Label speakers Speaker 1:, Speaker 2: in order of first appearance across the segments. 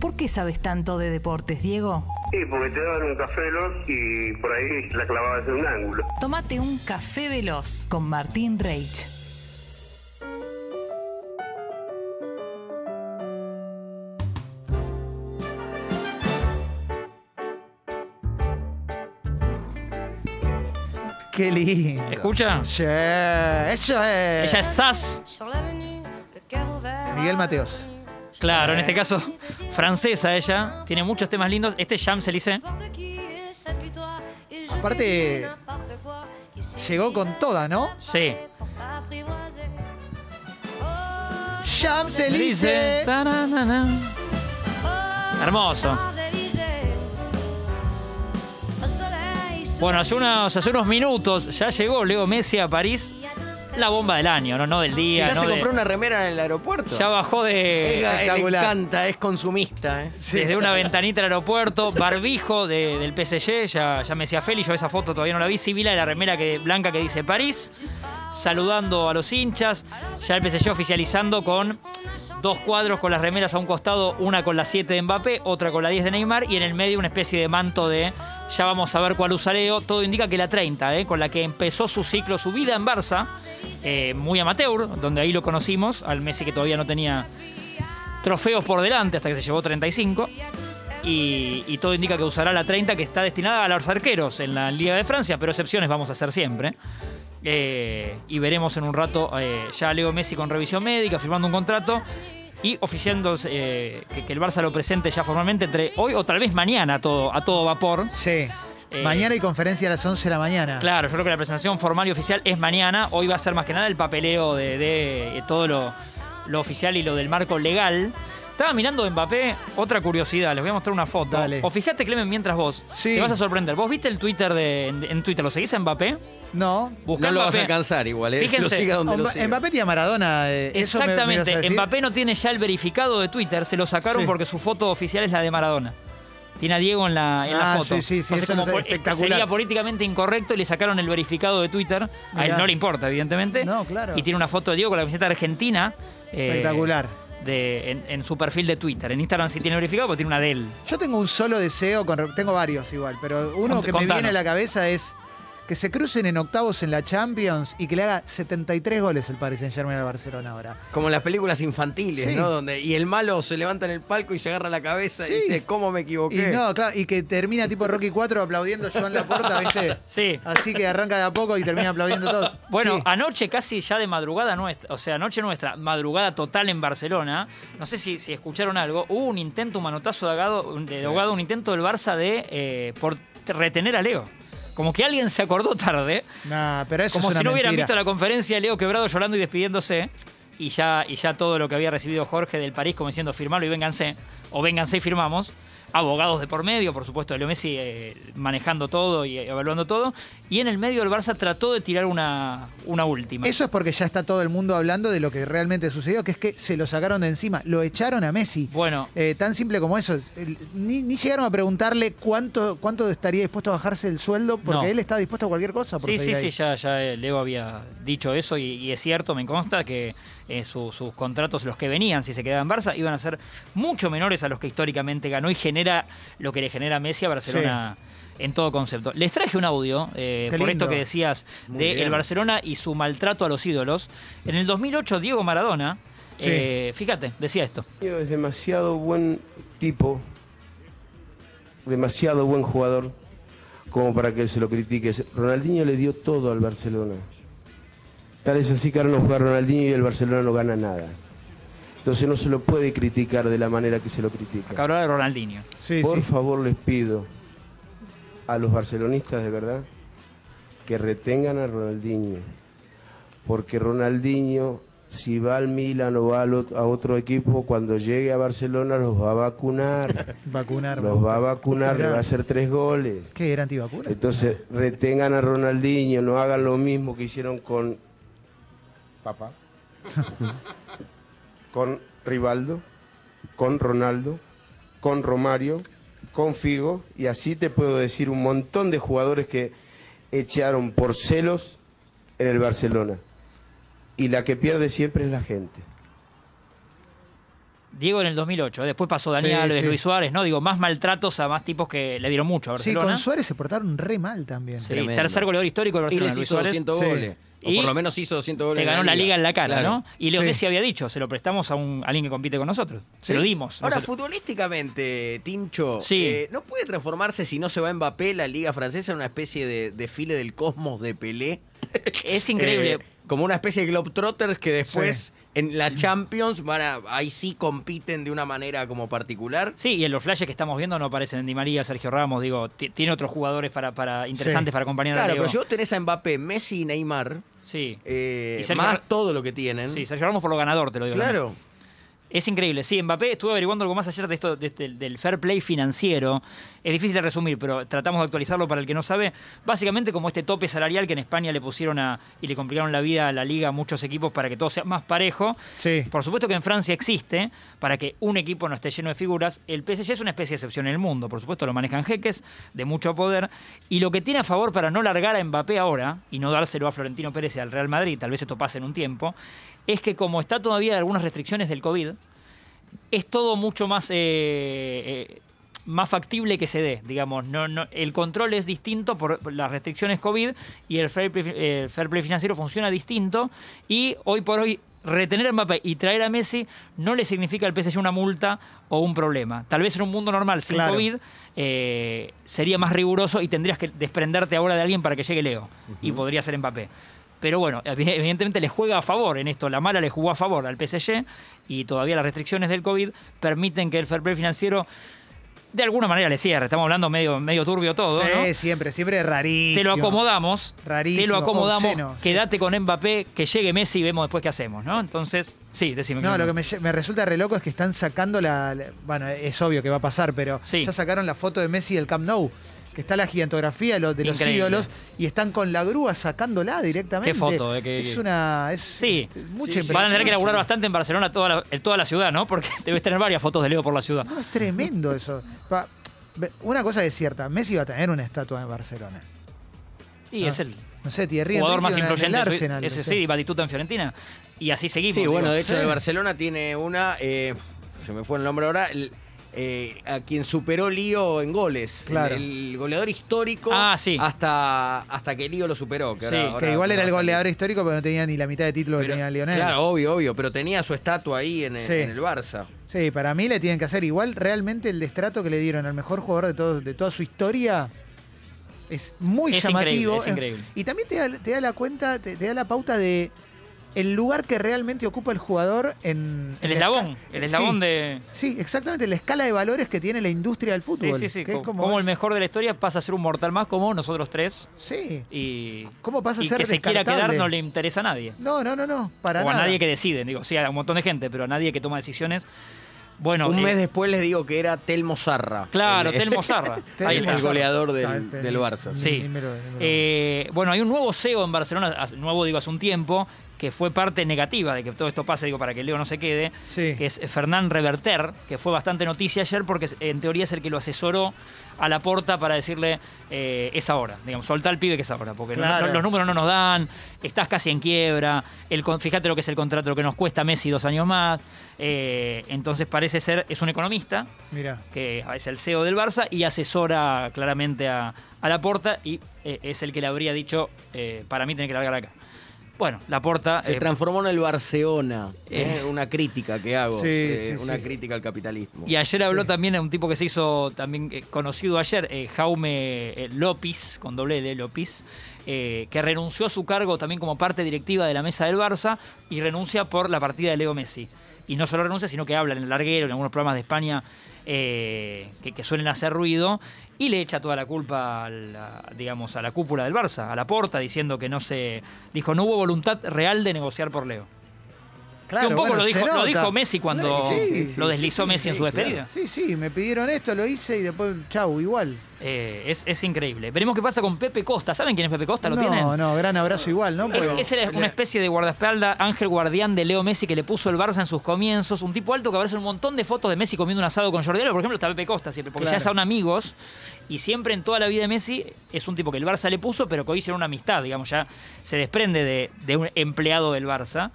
Speaker 1: ¿Por qué sabes tanto de deportes, Diego?
Speaker 2: Sí, porque te daban un café veloz y por ahí la clavabas en un ángulo.
Speaker 1: Tómate un café veloz con Martín Reich.
Speaker 3: Qué lindo.
Speaker 4: ¿Escucha?
Speaker 3: Sí, eso es.
Speaker 4: Ella es Sass,
Speaker 3: Miguel Mateos.
Speaker 4: claro, en este caso francesa ella. Tiene muchos temas lindos. Este Jam se dice.
Speaker 3: Aparte, llegó con toda, ¿no?
Speaker 4: Sí.
Speaker 3: Champs-Élysées.
Speaker 4: Tananana. Hermoso. Bueno, hace unos, hace unos minutos ya llegó Leo Messi a París. La bomba del año, no, no del día.
Speaker 5: ya
Speaker 4: no
Speaker 5: se
Speaker 4: de-
Speaker 5: compró una remera en el aeropuerto.
Speaker 4: Ya bajó de.
Speaker 5: Oiga, él le
Speaker 3: Eh, Espectacular.
Speaker 5: encanta, es consumista. ¿eh?
Speaker 4: desde una ventanita del aeropuerto, barbijo de- del PSG, ya, ya me decía Feli, yo esa foto todavía no la vi, Sibila de la remera que, blanca que dice París, saludando a los hinchas, ya el PSG oficializando con dos cuadros con las remeras a un costado, una con la 7 de Mbappé, otra con la 10 de Neymar y en el medio una especie de manto de ya vamos a ver cuál usa Leo, todo indica que la 30, ¿eh? con la que empezó su ciclo, su vida en Barça, eh, muy amateur, donde ahí lo conocimos, al Messi que todavía no tenía trofeos por delante hasta que se llevó 35. Y, y todo indica que usará la 30 que está destinada a los arqueros en la Liga de Francia, pero excepciones vamos a hacer siempre. Eh, y veremos en un rato eh, ya a Leo Messi con revisión médica, firmando un contrato y oficiando eh, que, que el Barça lo presente ya formalmente entre hoy o tal vez mañana a todo, a todo vapor.
Speaker 3: Sí.
Speaker 4: Eh,
Speaker 3: Mañana hay conferencia a las 11 de la mañana.
Speaker 4: Claro, yo creo que la presentación formal y oficial es mañana. Hoy va a ser más que nada el papeleo de, de eh, todo lo, lo oficial y lo del marco legal. Estaba mirando de Mbappé, otra curiosidad, les voy a mostrar una foto.
Speaker 3: Dale.
Speaker 4: O fijate, Clemen, mientras vos.
Speaker 3: Sí.
Speaker 4: Te vas a sorprender. ¿Vos viste el Twitter de. En, en Twitter, ¿lo seguís a Mbappé?
Speaker 3: No.
Speaker 4: Buscá
Speaker 5: No lo vas a
Speaker 4: Mbappé.
Speaker 5: alcanzar igual, ¿eh? Lo
Speaker 4: Fíjense.
Speaker 5: siga donde lo
Speaker 3: Mba-
Speaker 5: siga.
Speaker 3: Mbappé tiene a Maradona. eh, eso me- me ibas a
Speaker 4: Exactamente.
Speaker 3: decir.
Speaker 4: Mbappé no tiene ya el verificado de Twitter, se lo sacaron
Speaker 3: Sí.
Speaker 4: porque su foto oficial es la de Maradona. Tiene a Diego en la, en la
Speaker 3: Ah,
Speaker 4: foto.
Speaker 3: sí, sí, sí,
Speaker 4: Entonces,
Speaker 3: eso
Speaker 4: como
Speaker 3: no sé,
Speaker 4: por- eh,
Speaker 3: espectacular.
Speaker 4: Sería políticamente incorrecto y le sacaron el verificado de Twitter. A él
Speaker 3: Mirá.
Speaker 4: no le importa, evidentemente.
Speaker 3: No, claro.
Speaker 4: Y tiene una foto de Diego con la camiseta argentina. eh,
Speaker 3: Espectacular.
Speaker 4: de- en, en su perfil de Twitter. En Instagram sí tiene verificado, porque tiene una de él.
Speaker 3: Yo tengo un solo deseo, con- tengo varios igual, pero uno
Speaker 4: Cont-
Speaker 3: que me
Speaker 4: contanos.
Speaker 3: viene a la cabeza es que se crucen en octavos en la Champions y que le haga 73 goles el Paris Saint Germain al Barcelona ahora.
Speaker 5: Como las películas infantiles,
Speaker 3: Sí.
Speaker 5: ¿no? Donde, y el malo se levanta en el palco y se agarra la cabeza
Speaker 3: Sí.
Speaker 5: y dice, ¿cómo me
Speaker 3: Y
Speaker 5: equivoqué?
Speaker 3: no, claro, y que termina tipo Rocky 4 aplaudiendo yo en la puerta, ¿viste?
Speaker 4: Sí.
Speaker 3: Así que arranca de a poco y termina aplaudiendo todo.
Speaker 4: Bueno,
Speaker 3: Sí.
Speaker 4: anoche casi ya de madrugada nuestra, o sea, noche nuestra, madrugada total en Barcelona, no sé si, si escucharon algo, hubo un intento, un manotazo de ahogado, de ahogado, un intento del Barça de eh, por retener a Leo. Como que alguien se acordó tarde,
Speaker 3: Nah, pero eso
Speaker 4: como
Speaker 3: es
Speaker 4: si
Speaker 3: una
Speaker 4: no hubieran
Speaker 3: mentira.
Speaker 4: visto la conferencia de Leo quebrado llorando y despidiéndose, y ya, y ya todo lo que había recibido Jorge del París como diciendo firmalo y vénganse, o vénganse y firmamos. Abogados de por medio, por supuesto, Leo Messi eh, manejando todo y evaluando todo. Y en el medio el Barça trató de tirar una, una última.
Speaker 3: Eso es porque ya está todo el mundo hablando de lo que realmente sucedió, que es que se lo sacaron de encima, lo echaron a Messi.
Speaker 4: Bueno.
Speaker 3: Eh, tan simple como eso. El- Ni, ni llegaron a preguntarle cuánto, cuánto estaría dispuesto a bajarse el sueldo, porque
Speaker 4: No.
Speaker 3: él está dispuesto a cualquier cosa. Por
Speaker 4: Sí, sí,
Speaker 3: seguir
Speaker 4: sí, ya,
Speaker 3: ahí.
Speaker 4: ya eh, Leo había dicho eso y, y es cierto, me consta que eh, su- sus contratos, los que venían si se quedaba en Barça, iban a ser mucho menores a los que históricamente ganó y genera lo que le genera Messi a Barcelona en todo concepto. Les traje un audio eh,
Speaker 3: Qué
Speaker 4: por
Speaker 3: lindo.
Speaker 4: esto que decías
Speaker 5: Muy
Speaker 4: de
Speaker 5: bien.
Speaker 4: el Barcelona y su maltrato a los ídolos. En el 2008 Diego Maradona,
Speaker 3: Sí.
Speaker 4: eh, fíjate, decía esto.
Speaker 6: Leo es demasiado buen tipo, demasiado buen jugador, como para que se lo critique. Ronaldinho le dio todo al Barcelona. Tal es así que ahora no juega Ronaldinho y el Barcelona no gana nada. Entonces no se lo puede criticar de la manera que se lo critica.
Speaker 4: Acá hablaba de Ronaldinho.
Speaker 3: Sí,
Speaker 6: Por
Speaker 3: sí.
Speaker 6: favor les pido a los barcelonistas de verdad que retengan a Ronaldinho, porque Ronaldinho si va al Milan o va al ot- a otro equipo, cuando llegue a Barcelona los va a vacunar.
Speaker 3: Vacunar. me
Speaker 6: los
Speaker 3: gusta.
Speaker 6: va a vacunar, le va a hacer tres goles.
Speaker 3: ¿Qué? ¿Era antivacuna?
Speaker 6: Entonces, retengan a Ronaldinho, no hagan lo mismo que hicieron con papá, con Rivaldo, con Ronaldo, con Romario, con Figo, y así te puedo decir un montón de jugadores que echaron por celos en el Barcelona. Y la que pierde siempre es la gente.
Speaker 4: Diego en el 2008, ¿eh? después pasó Daniel
Speaker 3: Sí,
Speaker 4: Alves,
Speaker 3: sí.
Speaker 4: Luis Suárez, ¿no? Digo, más maltratos a más tipos que le dieron mucho a
Speaker 3: Sí,
Speaker 4: Barcelona.
Speaker 3: con Suárez se portaron re mal también.
Speaker 4: Sí,
Speaker 5: Tremendo.
Speaker 4: tercer goleador histórico de
Speaker 5: Y
Speaker 4: Barcelona,
Speaker 5: les
Speaker 4: Luis
Speaker 5: hizo
Speaker 4: Suárez.
Speaker 5: 200
Speaker 3: sí.
Speaker 5: goles. O
Speaker 4: Y
Speaker 5: por lo menos hizo 200 goles.
Speaker 4: Te ganó la liga en la cara,
Speaker 5: Claro.
Speaker 4: ¿no? Y Leo
Speaker 3: Sí.
Speaker 4: Messi había dicho, se lo prestamos a un alguien que compite con nosotros.
Speaker 5: Sí.
Speaker 4: Se lo dimos.
Speaker 5: Ahora,
Speaker 4: nosotros.
Speaker 5: futbolísticamente, Tincho,
Speaker 4: Sí.
Speaker 5: eh, ¿no puede transformarse si no se va Mbappé la Liga Francesa en una especie de desfile del cosmos de Pelé?
Speaker 4: es increíble.
Speaker 5: Eh, como una especie de Globetrotters que después en la Champions van a, ahí sí compiten de una manera como particular.
Speaker 4: Sí, y en los flashes que estamos viendo no aparecen Di María, Sergio Ramos, digo, ti- tiene otros jugadores para, para interesantes para acompañar a
Speaker 5: Claro,
Speaker 4: Diego.
Speaker 5: pero si vos tenés a Mbappé, Messi y Neymar,
Speaker 4: Sí.
Speaker 5: eh,
Speaker 4: Y Sergio Ra-
Speaker 5: más todo lo que tienen.
Speaker 4: Sí, Sergio Ramos por lo ganador, te lo digo.
Speaker 5: claro.
Speaker 4: Es increíble, sí, Mbappé, estuve averiguando algo más ayer de esto, de este- del fair play financiero. Es difícil de resumir, pero tratamos de actualizarlo para el que no sabe. Básicamente como este tope salarial que en España le pusieron a, y le complicaron la vida a la liga a muchos equipos para que todo sea más parejo.
Speaker 3: Sí.
Speaker 4: Por supuesto que en Francia existe, para que un equipo no esté lleno de figuras, el PSG es una especie de excepción en el mundo. Por supuesto lo manejan jeques de mucho poder. Y lo que tiene a favor para no largar a Mbappé ahora y no dárselo a Florentino Pérez y al Real Madrid, tal vez esto pase en un tiempo, es que como está todavía algunas restricciones del COVID, es todo mucho más... eh, eh, más factible que se dé, digamos. No, no, el control es distinto por por las restricciones COVID y el fair, play, el fair play financiero funciona distinto. Y hoy por hoy, retener a Mbappé y traer a Messi no le significa al PSG una multa o un problema. Tal vez en un mundo normal, sin
Speaker 3: Claro.
Speaker 4: COVID, eh, sería más riguroso y tendrías que desprenderte ahora de alguien para que llegue Leo. Y podría ser Mbappé. Pero bueno, eh, evi- evidentemente le juega a favor en esto. La mala le jugó a favor al PSG y todavía las restricciones del COVID permiten que el fair play financiero de alguna manera le cierre. Estamos hablando medio, medio turbio todo,
Speaker 3: Sí,
Speaker 4: ¿no?
Speaker 3: siempre, siempre es rarísimo.
Speaker 4: Te lo acomodamos. Te lo
Speaker 3: Rarísimo,
Speaker 4: acomodamos.
Speaker 3: obsceno, sí.
Speaker 4: quédate con Mbappé, que llegue Messi y vemos después qué hacemos, ¿no? Entonces, sí, decime.
Speaker 3: No, lo que me, lle- me resulta re loco es que están sacando la, la- Bueno, es obvio que va a pasar, pero
Speaker 4: Sí.
Speaker 3: ya sacaron la foto de Messi del Camp Nou, que está la gigantografía de los, de los
Speaker 4: Increíble.
Speaker 3: ídolos y están con la grúa sacándola directamente.
Speaker 4: Qué foto, eh, qué-
Speaker 3: es
Speaker 4: qué-
Speaker 3: una. Es,
Speaker 4: Sí.
Speaker 3: es Este, mucha
Speaker 4: Van a
Speaker 3: impresión.
Speaker 4: tener que laburar bastante en Barcelona toda la, en toda la ciudad, ¿no? Porque debes tener varias fotos de Leo por la ciudad.
Speaker 3: No, es tremendo eso. Va, ve- una cosa es cierta: Messi va a tener una estatua en Barcelona.
Speaker 4: Y
Speaker 3: Ah.
Speaker 4: es el
Speaker 3: No sé, Thierry
Speaker 4: jugador
Speaker 3: Henry
Speaker 4: más
Speaker 3: en- en el
Speaker 4: influyente. soy-
Speaker 3: Arsenal,
Speaker 4: ese
Speaker 3: no sé.
Speaker 4: sí, Batistuta en Fiorentina. Y así seguimos.
Speaker 5: Sí, bueno,
Speaker 4: digo.
Speaker 5: de hecho de Barcelona tiene una, eh, se me fue el nombre ahora, el, eh, a quien superó Lío en goles.
Speaker 3: Claro.
Speaker 5: El, el goleador histórico
Speaker 4: Ah, sí.
Speaker 5: hasta, hasta que Lío lo superó. Que, ahora-
Speaker 4: Sí.
Speaker 5: ahora-
Speaker 3: Que igual era el
Speaker 5: ahora-
Speaker 3: goleador histórico, pero no tenía ni la mitad de título que
Speaker 5: Pero-
Speaker 3: tenía Lionel.
Speaker 5: Claro, obvio, obvio, pero tenía su estatua ahí en, el-
Speaker 3: Sí.
Speaker 5: en el Barça.
Speaker 3: Sí, para mí le tienen que hacer igual. Realmente el destrato que le dieron al mejor jugador de, todo- de toda su historia es muy
Speaker 4: Es
Speaker 3: llamativo.
Speaker 4: increíble, es increíble.
Speaker 3: Y también te da, te da la cuenta, te, te da la pauta de el lugar que realmente ocupa el jugador en... en
Speaker 4: El
Speaker 3: la
Speaker 4: eslabón.
Speaker 3: esca-
Speaker 4: El
Speaker 3: sí,
Speaker 4: eslabón de.
Speaker 3: Sí, exactamente, la escala de valores que tiene la industria del
Speaker 4: Sí,
Speaker 3: fútbol.
Speaker 4: sí, sí.
Speaker 3: que es
Speaker 4: co- Como
Speaker 3: es-
Speaker 4: el mejor de la historia pasa a ser un mortal más como nosotros tres.
Speaker 3: Sí.
Speaker 4: Y,
Speaker 3: ¿Cómo pasa a
Speaker 4: y
Speaker 3: ser
Speaker 4: que se quiera quedar
Speaker 3: descartable?
Speaker 4: no le interesa a nadie.
Speaker 3: No, no, no, no, para
Speaker 4: o
Speaker 3: nada.
Speaker 4: a nadie que decide. Digo, sí, a un montón de gente, pero a nadie que toma decisiones. Bueno,
Speaker 5: Un
Speaker 4: eh,
Speaker 5: mes después les digo que era Telmo Eh, Zarra.
Speaker 4: Claro,
Speaker 5: el,
Speaker 4: Telmo Zarra.
Speaker 3: Telmo
Speaker 4: Ahí
Speaker 5: el
Speaker 4: está.
Speaker 3: Zarra.
Speaker 5: goleador
Speaker 3: Ah,
Speaker 5: del,
Speaker 3: te-
Speaker 5: del Barça.
Speaker 3: Ni-
Speaker 4: Sí.
Speaker 3: ni me lo- ni me lo-
Speaker 4: Eh, bueno, hay un nuevo CEO en Barcelona, hace- nuevo digo hace un tiempo, que fue parte negativa de que todo esto pase, digo, para que Leo no se quede,
Speaker 3: Sí.
Speaker 4: que es Fernán Reverter, que fue bastante noticia ayer porque en teoría es el que lo asesoró a la porta para decirle eh, es ahora, digamos, soltá al pibe que es ahora, porque no-
Speaker 3: Claro.
Speaker 4: no- los números no nos dan, estás casi en quiebra, el, con- fíjate lo que es el contrato, lo que nos cuesta Messi dos años más, eh, entonces parece ser, es un economista,
Speaker 3: Mirá.
Speaker 4: que es el CEO del Barça y asesora claramente a, a Laporta y eh, es el que le habría dicho, eh, para mí tiene que largar acá. Bueno, Laporta...
Speaker 5: Se
Speaker 4: eh,
Speaker 5: transformó en el Barcelona.
Speaker 4: eh.
Speaker 5: eh, una crítica que hago.
Speaker 3: Sí,
Speaker 5: eh,
Speaker 3: sí,
Speaker 5: una
Speaker 3: sí.
Speaker 5: crítica al capitalismo.
Speaker 4: y ayer habló también de un tipo que se hizo también eh, conocido ayer, eh, Jaume eh, López, con doble L, López, eh, que renunció a su cargo también como parte directiva de la mesa del Barça y renuncia por la partida de Leo Messi. Y no solo renuncia, sino que habla en el larguero, en algunos programas de España eh, que, que suelen hacer ruido, y le echa toda la culpa a la, digamos, a la cúpula del Barça, a la porta, diciendo que no se. Dijo, no hubo voluntad real de negociar por Leo. que un poco
Speaker 3: bueno,
Speaker 4: lo, dijo,
Speaker 3: se
Speaker 4: lo
Speaker 3: nota.
Speaker 4: dijo Messi cuando
Speaker 3: Sí,
Speaker 4: lo deslizó
Speaker 3: sí,
Speaker 4: Messi en
Speaker 3: sí,
Speaker 4: su
Speaker 3: claro.
Speaker 4: despedida.
Speaker 3: Sí, sí, me pidieron esto, lo hice y después, chau, igual.
Speaker 4: Eh, es, es increíble. Veremos qué pasa con Pepe Costa. ¿Saben quién es Pepe Costa? ¿Lo
Speaker 3: no,
Speaker 4: tienen?
Speaker 3: no, gran abrazo igual, ¿no? Porque-
Speaker 4: Ese era una especie de guardaespalda, ángel guardián de Leo Messi que le puso el Barça en sus comienzos. Un tipo alto que aparece en un montón de fotos de Messi comiendo un asado con Jordi Alba. Por ejemplo, está Pepe Costa siempre, porque
Speaker 3: Claro.
Speaker 4: ya son amigos. Y siempre en toda la vida de Messi es un tipo que el Barça le puso, pero que hoy hicieron una amistad, digamos, ya se desprende de, de un empleado del Barça.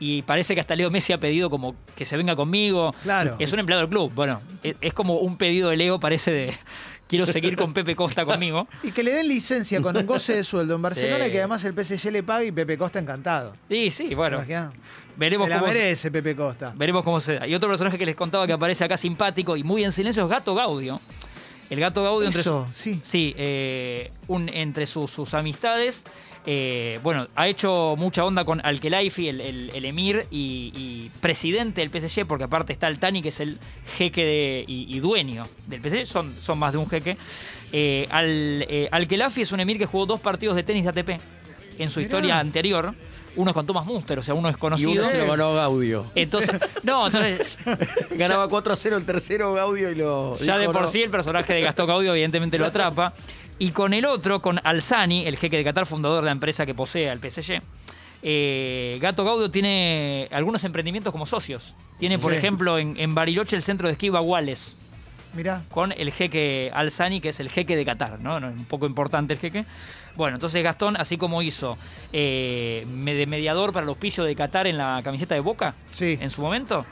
Speaker 4: Y parece que hasta Leo Messi ha pedido como que se venga conmigo.
Speaker 3: Claro.
Speaker 4: Es un empleado del club. Bueno, es, es como un pedido de Leo, parece de quiero seguir con Pepe Costa conmigo.
Speaker 3: Y que le den licencia con un goce de sueldo en Barcelona
Speaker 4: Sí.
Speaker 3: que además el PSG le pague y Pepe Costa encantado.
Speaker 4: Y sí, bueno,
Speaker 3: Imaginá.
Speaker 4: veremos
Speaker 3: Se la
Speaker 4: cómo se-
Speaker 3: merece Pepe Costa.
Speaker 4: Veremos cómo se da. Y otro personaje que les contaba que aparece acá simpático y muy en silencio es Gato Gaudio. El Gato Gaudio entre,
Speaker 3: Eso,
Speaker 4: su-
Speaker 3: sí.
Speaker 4: sí, eh, un- entre sus- sus amistades. eh, bueno, ha hecho mucha onda con Alkelaifi, el, el- el emir y, y presidente del PSG, porque aparte está el Tani, que es el jeque de- y, y dueño del PSG. Son, son más de un jeque. Eh, al, eh, Alkelaifi es un emir que jugó dos partidos de tenis de ATP en su
Speaker 3: Mirá.
Speaker 4: historia anterior. Uno es con Thomas Munster, o sea, uno es
Speaker 5: Y
Speaker 4: conocido.
Speaker 5: uno se lo ganó Gaudio.
Speaker 4: Entonces, no, entonces
Speaker 5: Ganaba 4 a 0 el tercero Gaudio y lo.
Speaker 4: ya de
Speaker 5: dijo,
Speaker 4: por
Speaker 5: "No".
Speaker 4: sí el personaje de Gastón Caudio evidentemente lo atrapa. Y con el otro, con Alzani, el jeque de Qatar, fundador de la empresa que posee al PSG. eh, Gato Gaudio tiene algunos emprendimientos como socios. Tiene, por
Speaker 3: Sí.
Speaker 4: igual, ejemplo, en, en Bariloche el centro de esquí Baguales,
Speaker 3: Mirá.
Speaker 4: con el jeque Alzani, que es el jeque de Qatar, ¿no? No, Un poco importante el jeque. Bueno, entonces Gastón, así como hizo eh, me- de mediador para el auspicio de Qatar en la camiseta de Boca,
Speaker 3: Sí.
Speaker 4: en su momento,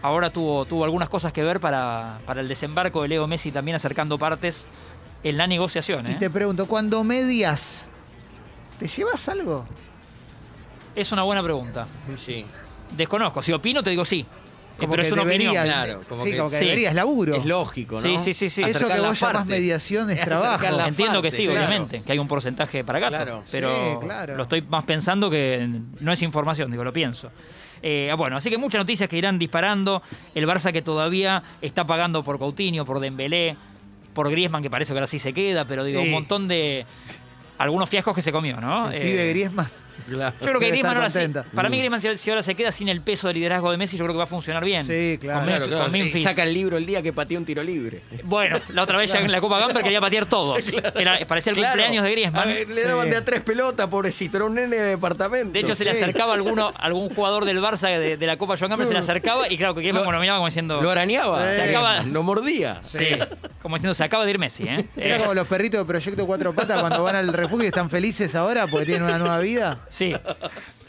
Speaker 4: ahora tuvo, tuvo algunas cosas que ver para, para el desembarco de Leo Messi, también acercando partes en la negociación.
Speaker 3: Y
Speaker 4: ¿eh?
Speaker 3: te pregunto, cuando medias, ¿te llevas algo?
Speaker 4: Es una buena pregunta.
Speaker 5: Sí.
Speaker 4: Desconozco, si opino te digo sí. Eh, Pero
Speaker 3: que
Speaker 4: es una
Speaker 3: debería,
Speaker 4: opinión.
Speaker 5: claro, como
Speaker 3: sí,
Speaker 5: que-
Speaker 3: como que
Speaker 4: Sí.
Speaker 3: deberías, laburo.
Speaker 5: Es lógico, ¿no?
Speaker 4: Sí, sí, sí, sí.
Speaker 3: Eso que
Speaker 5: Acercar
Speaker 3: vos
Speaker 5: las
Speaker 3: llamás
Speaker 5: partes.
Speaker 3: mediación es
Speaker 5: Acercar
Speaker 3: trabajo.
Speaker 5: las
Speaker 3: la
Speaker 4: Entiendo que sí,
Speaker 5: partes, claro.
Speaker 4: obviamente, que hay un porcentaje para gasto.
Speaker 5: Claro.
Speaker 4: Pero
Speaker 3: Sí, claro.
Speaker 4: lo estoy más pensando que no es información, digo, lo pienso. Eh, bueno, así que muchas noticias que irán disparando. El Barça que todavía está pagando por Coutinho, por Dembélé, por Griezmann, que parece que ahora sí se queda, pero digo,
Speaker 3: Sí.
Speaker 4: un montón de. Algunos fiascos que se comió, ¿no?
Speaker 3: El
Speaker 4: Eh,
Speaker 3: pibe Griezmann.
Speaker 5: Claro.
Speaker 4: yo creo que
Speaker 3: Debe
Speaker 4: Griezmann ahora sí-
Speaker 3: estar contenta.
Speaker 4: Para mí, Griezmann, si- si ahora se queda sin el peso del liderazgo de Messi, yo creo que va a funcionar bien.
Speaker 3: Sí, claro.
Speaker 5: Claro,
Speaker 4: Con Memphis-
Speaker 5: claro.
Speaker 4: con Memphis.
Speaker 5: Y saca el libro el día que pateó un tiro libre.
Speaker 4: Bueno, la otra vez ya en la Copa Gamper quería patear todos. Era- parecía el
Speaker 5: Claro.
Speaker 4: cumpleaños de
Speaker 5: A
Speaker 4: Griezmann.
Speaker 5: ver, le
Speaker 3: Sí.
Speaker 5: daban de a tres pelotas, pobrecito. Era un nene de departamento.
Speaker 4: De hecho, se le
Speaker 5: Sí.
Speaker 4: acercaba alguno, algún jugador del Barça de, de la Copa Joan Gamper, se le acercaba y claro, que Griezmann
Speaker 5: Lo-
Speaker 4: como lo miraba como diciendo...
Speaker 5: Lo arañaba.
Speaker 4: Se
Speaker 5: Sí.
Speaker 4: acaba-
Speaker 5: No mordía.
Speaker 4: Sí, como diciendo, se acaba de ir Messi, ¿eh?
Speaker 3: Era
Speaker 4: Eh,
Speaker 3: como los perritos de Proyecto Cuatro Patas cuando van al refugio y están felices ahora porque tienen una nueva vida.
Speaker 4: Sí.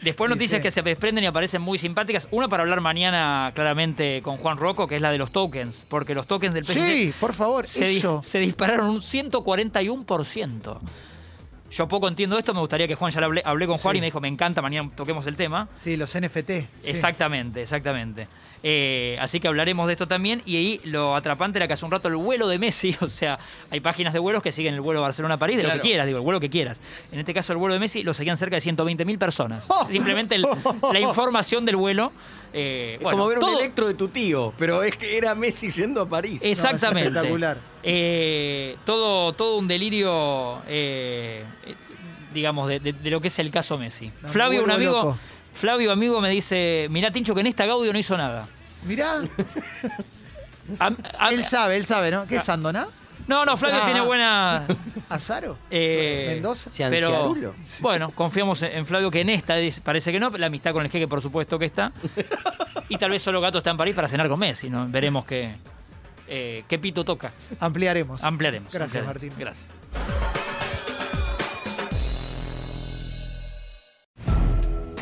Speaker 4: Después
Speaker 3: Sí,
Speaker 4: noticias
Speaker 3: sí.
Speaker 4: que se desprenden y aparecen muy simpáticas. Una para hablar mañana claramente con Juan Rocco, que es la de los tokens, porque los tokens del PSG
Speaker 3: Sí, por favor,
Speaker 4: se, di-
Speaker 3: eso.
Speaker 4: se dispararon un 141%. Yo poco entiendo esto, me gustaría que Juan ya le hablé, hablé con Juan
Speaker 3: Sí.
Speaker 4: y me dijo, me encanta, mañana toquemos el tema.
Speaker 3: Sí, los NFT. sí.
Speaker 4: Exactamente, exactamente. Eh, así que hablaremos de esto también. Y ahí lo atrapante era que hace un rato el vuelo de Messi, o sea, hay páginas de vuelos que siguen el vuelo Barcelona-París, de lo
Speaker 5: Claro.
Speaker 4: que quieras, digo, el vuelo que quieras. En este caso, el vuelo de Messi lo seguían cerca de 120.000 personas. Simplemente el- la información del vuelo. eh,
Speaker 5: Es
Speaker 4: bueno,
Speaker 5: como ver un
Speaker 4: todo- Ah.
Speaker 5: electro de tu tío, pero es que era Messi yendo a París.
Speaker 4: Exactamente.
Speaker 3: espectacular.
Speaker 4: Eh, todo, todo un delirio, eh, eh, digamos, de, de- de lo que es el caso Messi.
Speaker 3: Me
Speaker 4: Flavio, un
Speaker 3: vuelvo
Speaker 4: amigo,
Speaker 3: loco.
Speaker 4: Flavio, amigo, me dice, mirá, Tincho, que en esta Gaudio no hizo nada.
Speaker 3: Mirá,
Speaker 4: A- a-
Speaker 3: él sabe, él sabe, ¿no? ¿Qué es Sandona?
Speaker 4: Ah, no, no, Flavio
Speaker 3: Ah.
Speaker 4: tiene buena...
Speaker 3: ¿Azaro?
Speaker 4: eh,
Speaker 3: ¿Mendoza?
Speaker 5: Sí,
Speaker 4: pero
Speaker 5: Cianciarulo.
Speaker 4: bueno, confiamos en en Flavio que en esta dice- parece que no, la amistad con el jeque por supuesto que está. Y tal vez solo Gato está en París para cenar con Messi, ¿no? Veremos qué, eh, qué pito toca.
Speaker 3: Ampliaremos.
Speaker 4: Ampliaremos.
Speaker 3: Gracias,
Speaker 4: ampliaremos.
Speaker 3: Martín.
Speaker 4: Gracias.